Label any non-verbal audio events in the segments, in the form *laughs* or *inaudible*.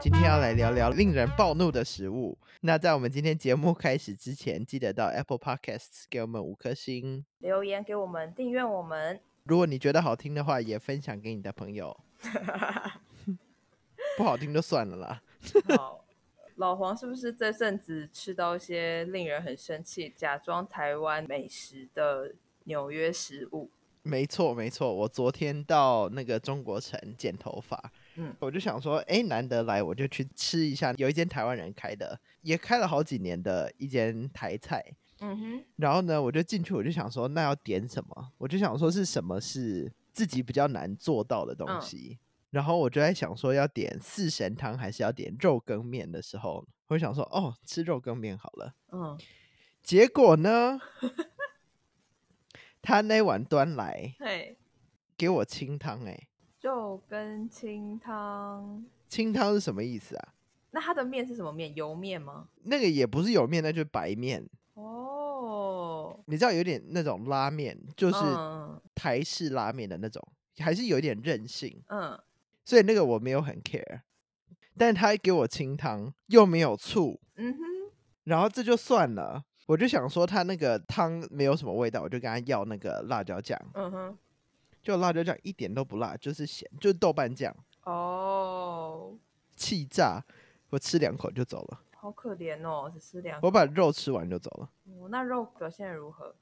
今天要来聊聊令人暴怒的食物。那在我们今天节目开始之前，记得到 Apple Podcasts 给我们五颗星。留言给我们，订阅我们。 *laughs* 如果你觉得好听的话，也分享给你的朋友。不好听就算了啦。好，老黄是不是这阵子吃到一些令人很生气、假装台湾美食的纽约食物？没错，没错，我昨天到那个中国城剪头发，嗯我就想说，哎，难得来，我就去吃一下，有一间台湾人开的，也开了好几年的一间台菜。嗯哼，然后呢，我就进去，我就想说，那要点什么？我就想说是什么是自己比较难做到的东嗯西。然后我就在想说，要点四神汤还是要点肉羹面的时候，我就想说，哦，吃肉羹面好了。嗯，结果 *laughs* 呢，他那碗端来嘿，给我清汤、欸，哎，肉跟清汤。清汤是什么意思啊？那它的面是什么面？油面吗？那个也不是油面，那就是白面。哦，你知道有点那种拉面，就是嗯台式拉面的那种，还是有一点韧性。嗯，所以那个我没有很 care。但他给我清汤，又没有醋，嗯哼，然后这就算了。我就想说他那个汤没有什么味道，我就跟他要那个辣椒酱，嗯哼，就辣椒酱一点都不辣，就是咸，就是豆瓣酱，哦，气炸！我吃两口就走了，好可怜哦，只吃两口。我把肉吃完就走了。哦那肉表现得如何？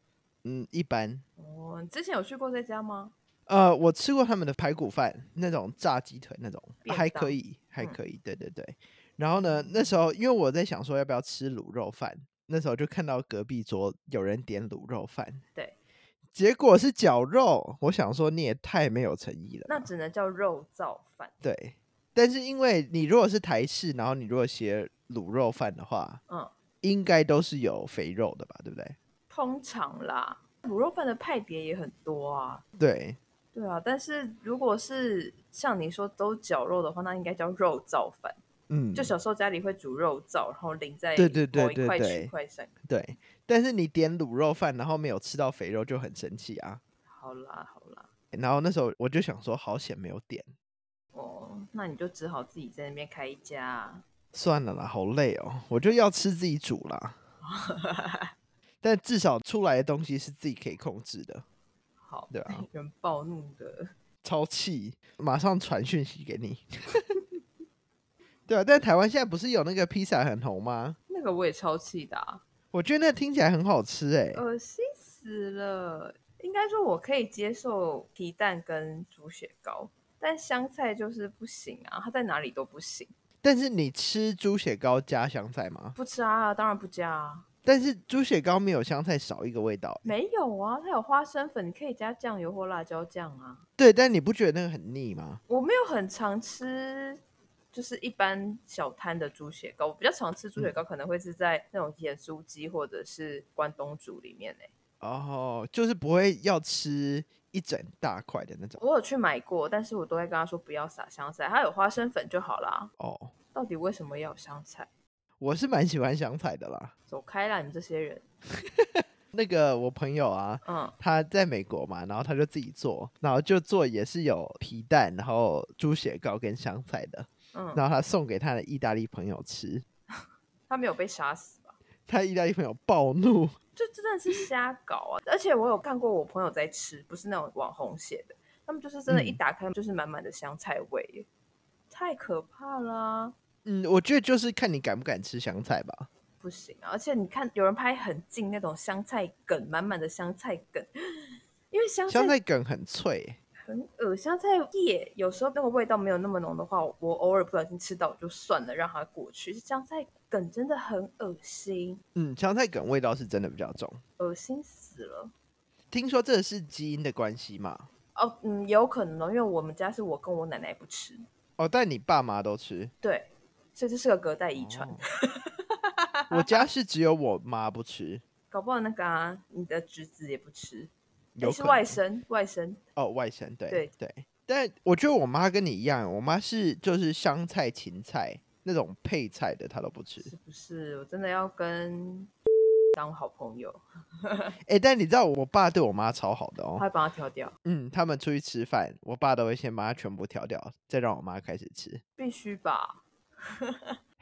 嗯，一般。哦，你之前有去过这家吗？呃，我吃过他们的排骨饭，那种炸鸡腿那种，便还可当以，还嗯可以，对对对。然后呢，那时候因为我在想说要不要吃卤肉饭，那时候就看到隔壁桌有人点卤肉饭，对，结果是绞肉，我想说你也太没有诚意了那吧，只能叫肉燥饭。对。但是因为你如果是台式，然后你如果写卤肉饭的话，嗯，应该都是有肥肉的吧，对不对？通常啦，卤肉饭的派别也很多啊。对，对啊，但是如果是像你说都绞肉的话，那应该叫肉燥饭。嗯，就小时候家里会煮肉燥，然后淋在对对对某一块对对区块上。对。但是你点卤肉饭，然后没有吃到肥肉就很生气啊。好啦好啦，然后那时候我就想说，好险没有点，哦，那你就只好自己在那边开一家啊。算了啦，好累哦，我就要吃自己煮啦。但至少出来的东西是自己可以控制的，好，对 *laughs* 啊令人暴怒的。超气，马上传讯息给你。 *laughs* 对啊，但台湾现在不是有那个披萨很红吗？那个我也超气的、啊，我觉得那听起来很好吃哎、恶呃心死了。应该说我可以接受皮蛋跟猪血糕，但香菜就是不行啊，它在哪里都不行。但是你吃猪血糕加香菜吗？不吃啊，当然不加啊。但是猪血糕没有香菜少一个味道欸、没有啊，它有花生粉，你可以加酱油或辣椒酱啊。对，但你不觉得那个很腻吗？我没有很常吃，就是一般小摊的猪血糕。我比较常吃猪血糕，可能会是在那种盐酥鸡或者是关东煮里面呢、欸哦，就是不会要吃一整大块的那种。我有去买过，但是我都会跟他说不要撒香菜，它有花生粉就好啦。哦，到底为什么要有香菜？我是蛮喜欢香菜的啦。走开啦，你们这些人。那个我朋友啊，嗯他在美国嘛，然后他就自己做，然后就做也是有皮蛋，然后猪血糕跟香菜的，嗯，然后他送给他的意大利朋友吃，他没有被杀死吧？他意大利朋友暴怒，就真的是瞎搞啊！ *laughs* 而且我有看过我朋友在吃，不是那种网红写的，他们就是真的，一嗯打开就是满满的香菜味耶，太可怕啦、嗯，我觉得就是看你敢不敢吃香菜吧。不行啊！而且你看，有人拍很近那种香菜梗，满满的香菜梗， *laughs* 因为香香菜菜梗很脆，很恶，呃香菜叶有时候那个味道没有那么浓的话，我偶尔不小心吃到就算了，让它过去。香菜梗真的很恶心，嗯，香菜梗味道是真的比较重。恶心死了。听说这是基因的关系嘛？哦，嗯，有可能哦，因为我们家是我跟我奶奶不吃，哦，但你爸妈都吃，对，所以这是个隔代遗传，哦我家是只有我妈不吃，搞不好那个啊，你的侄子也不吃，有 *laughs* 可你是能外甥，外甥，哦，外省，对对但我觉得我妈跟你一样，我妈是就是香菜、芹菜那种配菜的，她都不吃。是不是？我真的要跟 *laughs* 当好朋友，哎、但你知道我爸对我妈超好的他哦，会帮他挑掉，嗯，他们出去吃饭，我爸都会先把它全部挑掉，再让我妈开始吃。必须吧？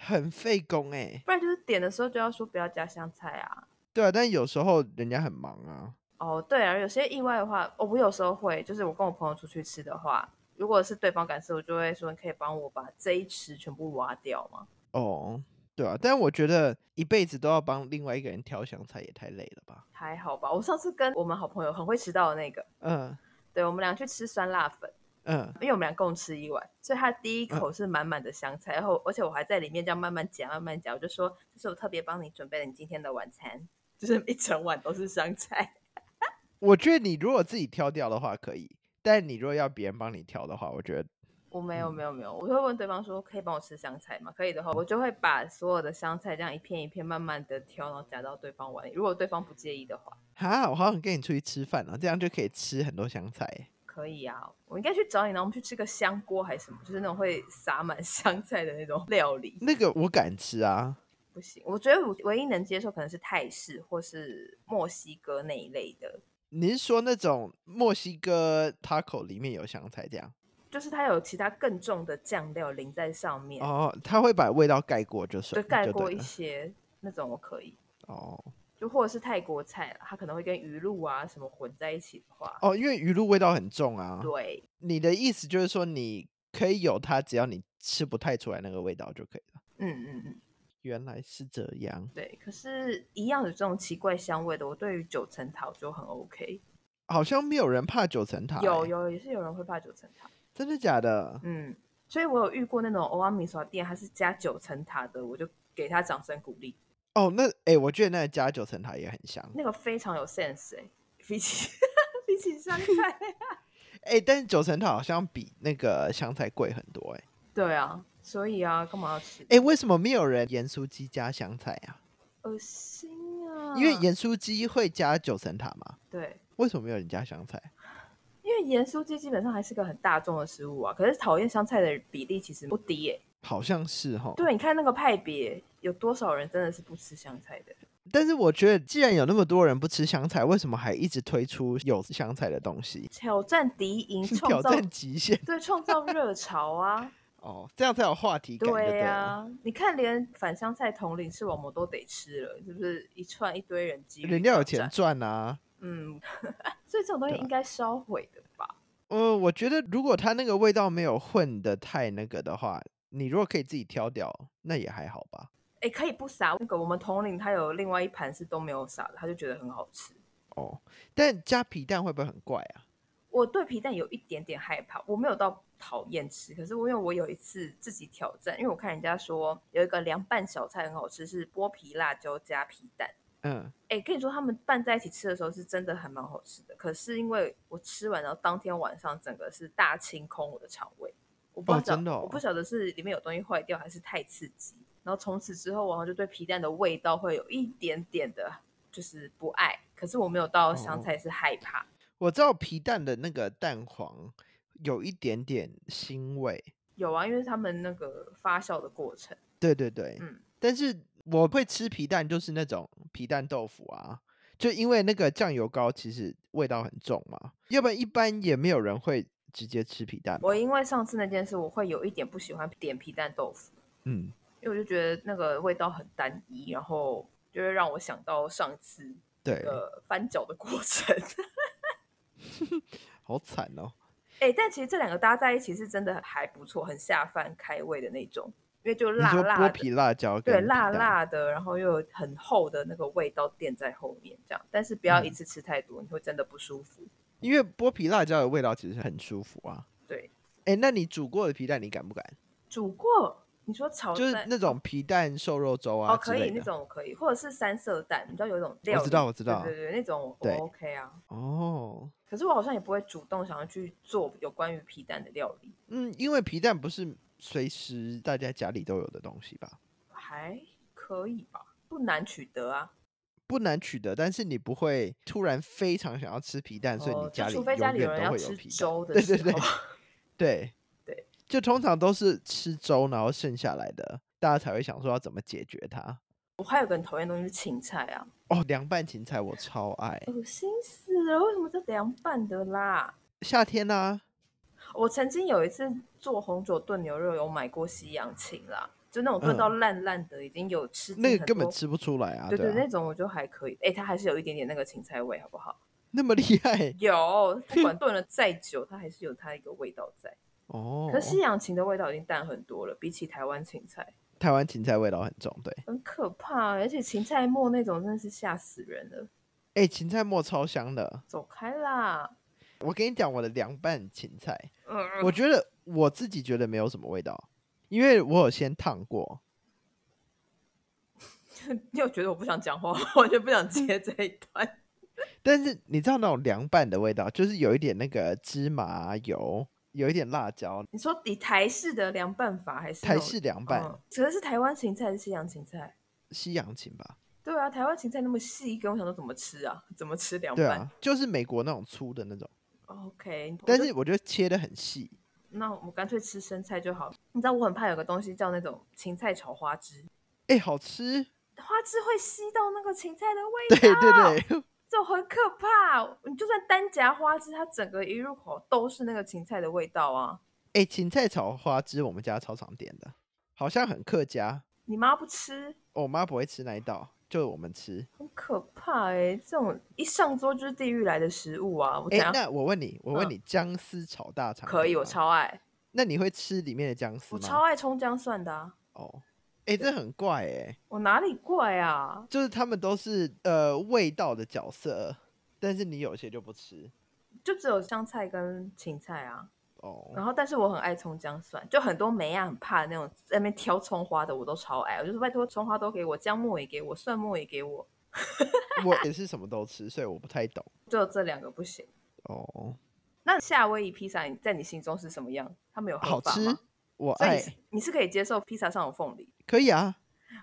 很费工哎、不然就是点的时候就要说不要加香菜啊。对啊，但有时候人家很忙啊，哦，对啊，有些意外的话，哦，我有时候会，就是我跟我朋友出去吃的话，如果是对方敢吃，我就会说你可以帮我把这一池全部挖掉吗？哦，对啊，但我觉得一辈子都要帮另外一个人挑香菜也太累了吧？还好吧，我上次跟我们好朋友很会迟到的那个，嗯对我们俩去吃酸辣粉，嗯，因为我们俩共吃一碗，所以他第一嗯口是满满的香菜，然后而且我还在里面这样慢慢夹，慢慢夹，我就说这是我特别帮你准备的你今天的晚餐，就是一整碗都是香菜。我觉得你如果自己挑掉的话可以，但你如果要别人帮你挑的话，我觉得 *laughs* 我没有嗯没有没有，我会问对方说可以帮我吃香菜吗？可以的话，我就会把所有的香菜这样一片一片慢慢的挑，然后夹到对方碗里。如果对方不介意的话，哈，我好想跟你出去吃饭啊，这样就可以吃很多香菜欸、可以啊，我应该去找你，然后我们去吃个香锅还是什么，就是那种会撒满香菜的那种料理。那个我敢吃啊，不行，我觉得我唯一能接受可能是泰式或是墨西哥那一类的，你是说那种墨西哥 taco 里面有香菜这样？就是它有其他更重的酱料淋在上面，哦，它会把味道盖过就就是盖过对一了些那种我可以。哦就或者是泰国菜啦，它可能会跟鱼露啊什么混在一起的话，哦，因为鱼露味道很重啊。对，你的意思就是说你可以有它，只要你吃不太出来那个味道就可以了。嗯嗯嗯，原来是这样对。可是，一样有这种奇怪香味的，我对于九层塔我就很 OK。好像没有人怕九层塔欸、有有也是有人会怕九层塔，真的假的？嗯，所以我有遇过那种欧阿米索店，它是加九层塔的，我就给他掌声鼓励，哦，那哎、欸我觉得那个加九层塔也很香。那个非常有 sense 哎、比起比起香菜，哎、但是九层塔好像比那个香菜贵很多、欸。对啊，所以啊，干嘛要吃？哎、为什么没有人盐酥鸡加香菜啊？恶心啊！因为盐酥鸡会加九层塔嘛？对，为什么没有人加香菜？因为盐酥鸡基本上还是个很大众的食物啊，可是讨厌香菜的比例其实不低耶、好像是哈。对，你看那个派别，有多少人真的是不吃香菜的？但是我觉得，既然有那么多人不吃香菜，为什么还一直推出有香菜的东西？挑战敌营，挑创造战极限对，创造热潮啊！哦，这样才有话题感就对啊对呀、了。你看连反香菜统领视网膜都得吃了，是不是一串一堆人基于人家有挑钱战，赚啊。嗯， *laughs* 所以这种东西对啊应该烧毁的吧？嗯，我觉得如果它那个味道没有混的太那个的话，你如果可以自己挑掉，那也还好吧。哎、可以不撒那个，我们统领它有另外一盘是都没有撒的，他就觉得很好吃。哦，但加皮蛋会不会很怪啊？我对皮蛋有一点点害怕，我没有到讨厌吃，可是我因为我有一次自己挑战，因为我看人家说有一个凉拌小菜很好吃，是剥皮辣椒加皮蛋。嗯，哎，跟你说，他们拌在一起吃的时候是真的还蛮好吃的。可是因为我吃完，然后当天晚上整个是大清空我的肠胃，我不哦知道，真的哦我不晓得是里面有东西坏掉还是太刺激。然后从此之后，我好像就对皮蛋的味道会有一点点的，就是不爱。可是我没有到香哦菜是害怕，我知道皮蛋的那个蛋黄有一点点腥味，有啊，因为他们那个发酵的过程，对对对，嗯但是我会吃皮蛋，就是那种皮蛋豆腐啊，就因为那个酱油膏其实味道很重嘛，要不然一般也没有人会直接吃皮蛋吧。我因为上次那件事，我会有一点不喜欢点皮蛋豆腐，嗯，因为我就觉得那个味道很单一，然后就会让我想到上次对，呃翻搅的过程。 *laughs* 好惨哦。哎、但其实这两个搭在一起是真的还不错，很下饭开胃的那种，因为就你辣说辣剥的，皮辣椒跟对，皮辣蛋，辣的，然后又有很厚的那个味道垫在后面，这样。但是不要一嗯次吃太多，你会真的不舒服。因为剥皮辣椒的味道其实很舒服啊。对，哎，那你煮过的皮蛋你敢不敢？煮过，你说炒就是在那种皮蛋瘦肉粥啊哦，之可类以的。那种可以，或者是三色蛋，你知道有一种料理，知道我知道对对对，那种我对 OK 啊。哦，可是我好像也不会主动想要去做有关于皮蛋的料理，嗯，因为皮蛋不是随时大家家里都有的东西吧，还可以吧，不难取得啊。不难取得，但是你不会突然非常想要吃皮蛋，所以哦你就家里除永非家远里有人都要会有吃皮蛋。粥的对时对候，对对对，就通常都是吃粥然后剩下来的，大家才会想说要怎么解决它。我还有个很讨厌的东西是芹菜啊，哦，凉拌芹菜我超爱，恶心死了！为什么是凉拌的啦？夏天呢、啊，我曾经有一次做红酒炖牛肉，有买过西洋芹啦，就那种炖到烂烂的，已经有吃嗯进那个很根本多吃不出来啊，对对对，啊，那种我就还可以。哎、它还是有一点点那个芹菜味，好不好？那么厉害有，它管炖了再久，它还是有它一个味道在。 *laughs* 哦可。是西洋芹的味道已经淡很多了，比起台湾芹菜，台湾芹菜味道很重，对，很可怕。而且芹菜末那种真的是吓死人了，哎、芹菜末超香的。走开啦！我跟你讲，我的凉拌芹菜，嗯， *laughs* 我觉得我自己觉得没有什么味道，因为我有先烫过，你有觉得我不想讲话， *laughs* 我就不想接这一段。但是你知道那种凉拌的味道，就是有一点那个芝麻油，有一点辣椒，你说以台式的凉拌法还是那台种式凉拌、嗯可是台湾芹菜还是西洋芹菜？西洋芹吧？对啊，台湾芹菜那么细一根，我想说怎么吃啊？ *laughs* 怎么吃凉对拌、啊，就是美国那种粗的那种， o k 但是我觉得切的很细。那我干脆吃生菜就好。你知道我很怕有个东西叫那种芹菜炒花枝，哎、好吃！花枝会吸到那个芹菜的啊味对道，对对，这种很可怕。你就算单夹花枝，它整个一入口都是那个芹菜的味道啊！哎、芹菜炒花枝，我们家超常点的，好像很客家。你妈不吃，我妈不会吃那一道，就我们吃。很可怕哎、这种一上桌就是地狱来的食物啊！我哎、怎样、那我问你，我问嗯你，姜丝炒大肠可以？吗我。超爱，那你会吃里面的姜丝我吗？超爱葱姜蒜的、啊。哦，哎、这很怪哎、我哪里怪啊？就是他们都是呃味道的角色，但是你有些就不吃就只有香菜跟芹菜啊。然哦。后，但是我很爱葱姜蒜，就很多梅亚啊很怕那种在那边挑葱花的，我都超爱。我就是拜托葱花都给我，姜末也给我，蒜末也给我， *laughs* 我也是什么都吃，所以我不太懂只有这两个不行。哦。那夏威夷披萨你在你心中是什么样？他们有合好法吃哎吗？，我所以爱你，是你是可以接受披萨上有凤梨，可以啊。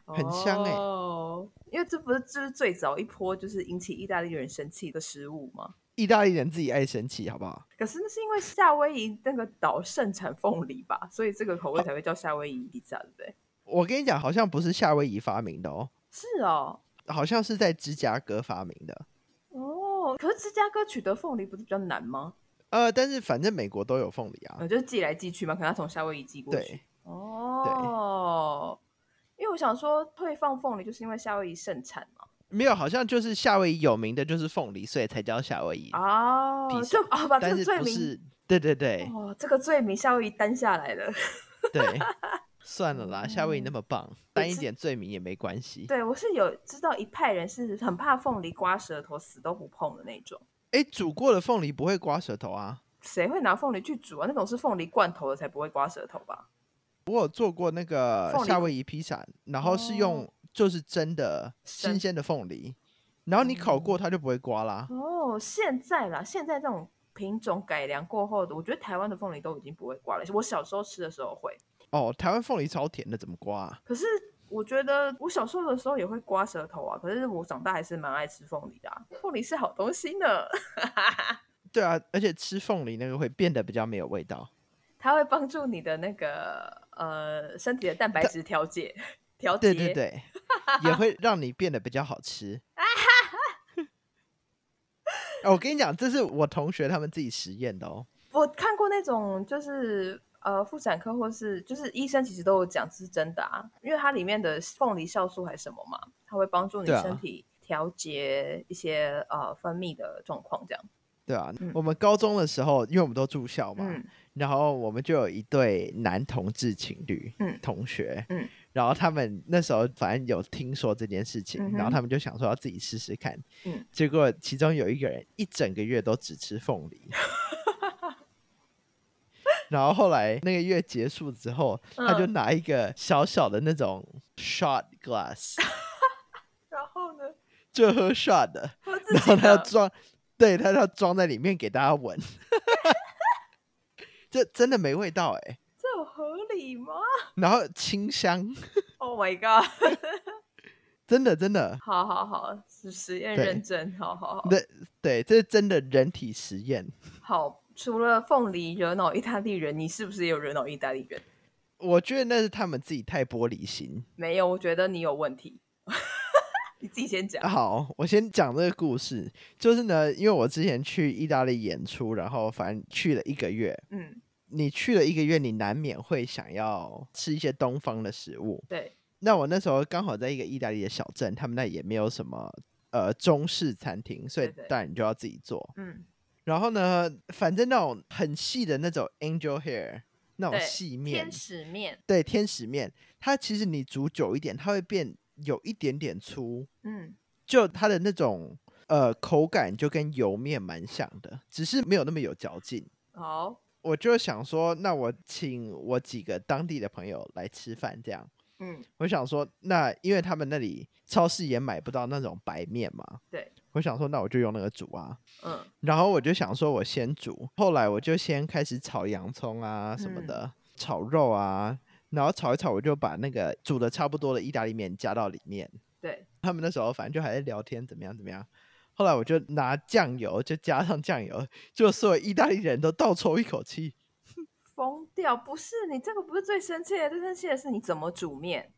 很香欸哦，因为这不是这是最早一波就是引起意大利人生气的食物吗？意大利人自己爱生气，好不好？可是那是因为夏威夷那个岛盛产凤梨吧，所以这个口哦味才会叫夏威夷披萨，对不对？我跟你讲，好像不是夏威夷发明的哦，是哦，好像是在芝加哥发明的。哦，可是芝加哥取得凤梨不是比较难吗？呃，但是反正美国都有凤梨啊呃，。就是寄来寄去嘛，可能他从夏威夷寄过去对。，哦，因为我想说会放凤梨，就是因为夏威夷盛产嘛。没有，好像就是夏威夷有名的就是凤梨，所以才叫夏威夷。哦，披就啊，把这但个是罪不名，是？对对对哇、这个罪名夏威夷担下来了。 *laughs* 对，算了啦，夏威夷那嗯么棒，担一是点罪名也没关系。对我是有知道一派人是很怕凤梨刮舌头，死都不碰的那种。哎，煮过的凤梨不会刮舌头啊！谁会拿凤梨去煮啊？那种是凤梨罐头的才不会刮舌头吧？我有做过那个凤梨哦夏威夷披萨，然后是用就是真的生新鲜的凤梨，然后你烤过嗯它就不会刮啦。哦，现在啦，现在这种品种改良过后的，我觉得台湾的凤梨都已经不会刮了。我小时候吃的时候会，哦，台湾凤梨超甜的，怎么刮、啊？可是我觉得我小时候的时候也会刮舌头啊。可是我长大还是蛮爱吃凤梨的、啊，凤梨是好东西呢，对啊，而且吃凤梨那个会变得比较没有味道。它会帮助你的那个呃身体的蛋白质调节调节。对对 *laughs* 对，也会让你变得比较好吃。哦我跟你讲，这是我同学他们自己实验的哦。我看过那种就是呃妇产科或是就是医生其实都有讲是真的啊，因为它里面的凤梨酵素还是什么嘛，它会帮助你对啊身体调节一些、呃分泌的状况，这样。对啊，嗯我们高中的时候，因为我们都住校嘛，嗯，然后我们就有一对男同志情侣，嗯同学，嗯，然后他们那时候反正有听说这件事情，嗯哼然后他们就想说要自己试试看，嗯，结果其中有一个人一整个月都只吃凤 *laughs* 梨，然后后来那个月结束之后，他就嗯拿一个小小的那种 shot glass 然后呢，就喝 shot 的，喝自 *laughs* 然后己他要的，装，对，他要装在里面给大家闻， *laughs* 这真的没味道哎、这有合理吗然后清香， ？Oh my god！真的真的，好好好，实实验对认真，好好好，对对，这是真的人体实验。好。除了凤梨惹恼意大利人，你是不是也有惹恼意大利人？我觉得那是他们自己太玻璃心。没有，我觉得你有问题。 *laughs* 你自己先讲。好，我先讲这个故事，就是呢，因为我之前去意大利演出，然后反正去了一个月，嗯你去了一个月，你难免会想要吃一些东方的食物。对，那我那时候刚好在一个意大利的小镇，他们那也没有什么呃中式餐厅，所以对对当然你就要自己做。嗯，然后呢，反正那种很细的那种 angel hair 那种对细面天，使面，对天使面，它其实你煮久一点，它会变有一点点粗，嗯，就它的那种呃口感就跟油面蛮像的，只是没有那么有嚼劲。好，我就想说，那我请我几个当地的朋友来吃饭，这样。嗯，我想说，那因为他们那里超市也买不到那种白面嘛，对，我想说，那我就用那个煮啊。嗯，然后我就想说，我先煮，后来我就先开始炒洋葱啊什么嗯的，炒肉啊，然后炒一炒，我就把那个煮的差不多的意大利面加到里面。对，他们那时候反正就还在聊天，怎么样怎么样。后来我就拿酱油，就加上酱油，就所有意大利人都倒抽一口气。疯掉！不是你这个不是最生气的，最生气的是你怎么煮面。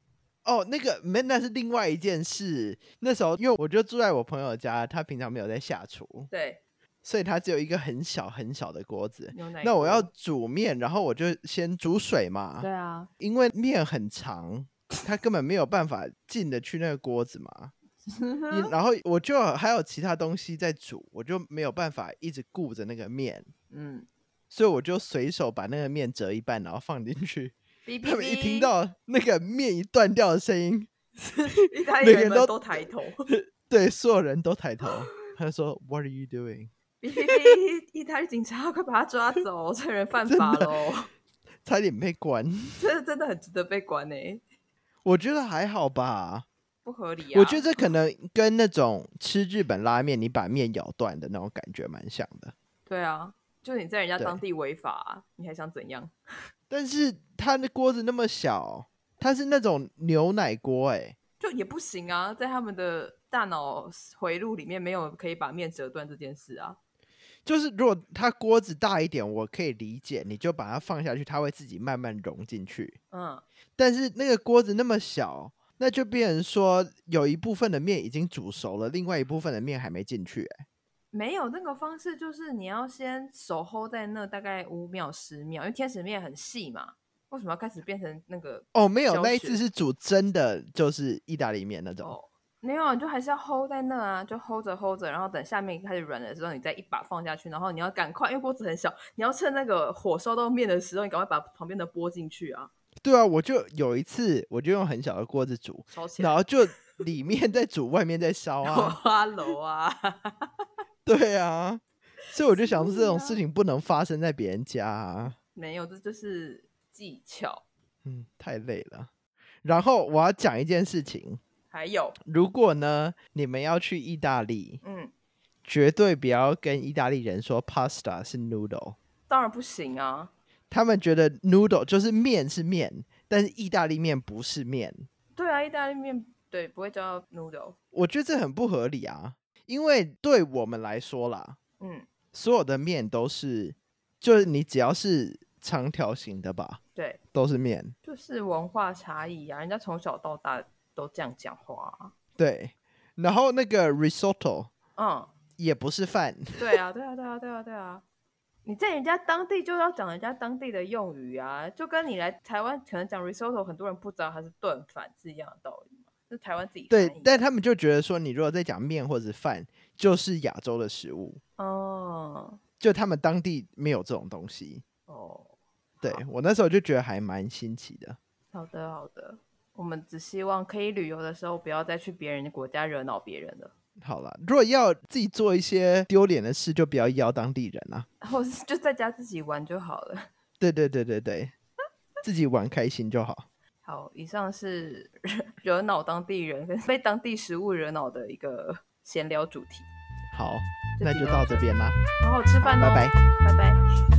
哦，那个没，那是另外一件事。那时候因为我就住在我朋友家，他平常没有在下厨，对，所以他只有一个很小很小的锅子。牛奶锅。那我要煮面，然后我就先煮水嘛， *laughs* 对啊，因为面很长，它根本没有办法进得去那个锅子 *laughs* 嘛。一然后我就还有其他东西在煮，我就没有办法一直顾着那个面，嗯所以我就随手把那个面折一半，然后放进去。哔哔他 *laughs* 们一听哔，到那个面一断掉的声音， *laughs* 意大利每个人人们都都抬 *laughs* 头，哔对，所有人都抬头，他就说 "What are you doing？" 哔哔，意大利警察快把他抓走，这 *laughs* 人犯法喽，差点被关，这真的很值得被关呢、欸我觉得还好吧。不合理啊！我觉得这可能跟那种吃日本拉面，你把面咬断的那种感觉蛮像的。对啊，就你在人家对当地违法啊、你还想怎样？但是它的锅子那么小，它是那种牛奶锅、欸，就也不行啊，在他们的大脑回路里面没有可以把面折断这件事啊。就是如果它锅子大一点，我可以理解，你就把它放下去，它会自己慢慢融进去。嗯，但是那个锅子那么小，那就变成说有一部分的面已经煮熟了，另外一部分的面还没进去、欸。没有那个方式，就是你要先手 hold 在那大概五秒十秒，因为天使面很细嘛。为什么要开始变成那个？哦，没有，教那一学次是煮真的，就是意大利面那种。哦，没有啊，你就还是要 hold 在那啊，就 hold 着 hold 着，然后等下面开始软的时候，你再一把放下去，然后你要赶快，因为锅子很小，你要趁那个火烧到面的时候，你赶快把旁边的拨进去啊，对啊，我就有一次，我就用很小的锅子煮，烧起来然。后就里面在煮，外面在烧啊。花楼啊， *laughs* 对啊，所以我就想说，这种是事啊情不能发生在别人家啊。没有，这就是技巧。嗯，太累了。然后我要讲一件事情，还有，如果呢你们要去意大利，嗯，绝对不要跟意大利人说 pasta 是 noodle，当然不行啊，他们觉得 noodle 就是面是面，但是意大利面不是面。对啊，意大利面对不会叫 noodle，我觉得这很不合理啊，因为对我们来说啦，嗯，所有的面都是，就是你只要是长条形的吧，对，都是面。就是文化差异啊，人家从小到大都这样讲话、对，然后那个 risotto 啊，也不是饭，嗯，对啊，对啊，对啊，对啊，对啊，你在人家当地就要讲人家当地的用语啊，就跟你来台湾可能讲 risotto，很多人不知道它是炖饭是一样的道理嘛，是台湾自己对翻译，但他们就觉得说，你如果在讲面或者饭，就是亚洲的食物，哦就他们当地没有这种东西。哦，对我那时候就觉得还蛮新奇的。好的好的，我们只希望可以旅游的时候不要再去别人的国家惹恼别人了。 *laughs* 好了，如果要自己做一些丢脸的事，就不要邀当地人啊。或是就在家自己玩就好了。对对对对对，自己玩开心就好。好，以上是惹 *laughs* 恼当地人 *laughs* 跟被当地食物惹恼的一个闲聊主题。好，这那集就就到到这这边啦，好好吃饭哦，拜拜。拜拜。